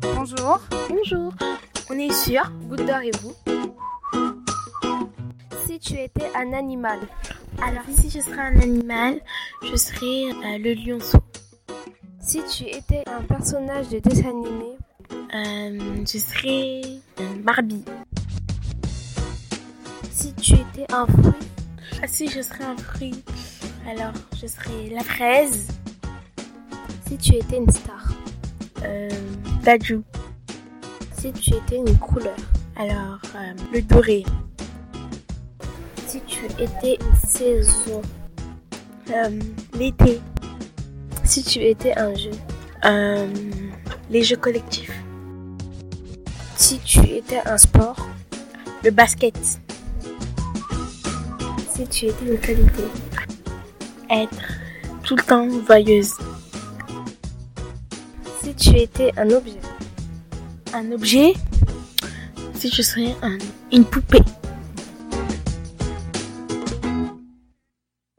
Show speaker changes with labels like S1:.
S1: Bonjour.
S2: Bonjour,
S1: On est sur Gouddard et vous.
S2: si tu étais un animal,
S3: Alors si je serais un animal, je serais euh, le lionceau.
S2: si tu étais un personnage de dessin animé,
S3: Euh, je serais euh, Barbie.
S2: si tu étais un fruit,
S3: Ah, si je serais un fruit, alors je serais la fraise,
S2: si tu étais une star,
S3: euh, Dadju.
S2: si tu étais une couleur,
S3: Alors euh, le doré,
S2: si tu étais une saison,
S3: euh, l'été,
S2: si tu étais un jeu,
S3: euh, les jeux collectifs,
S2: si tu étais un sport,
S3: le basket,
S2: si tu étais une qualité,
S3: être tout le temps voyeuse,
S2: si tu étais un objet,
S3: un objet. Si je serais un- une poupée,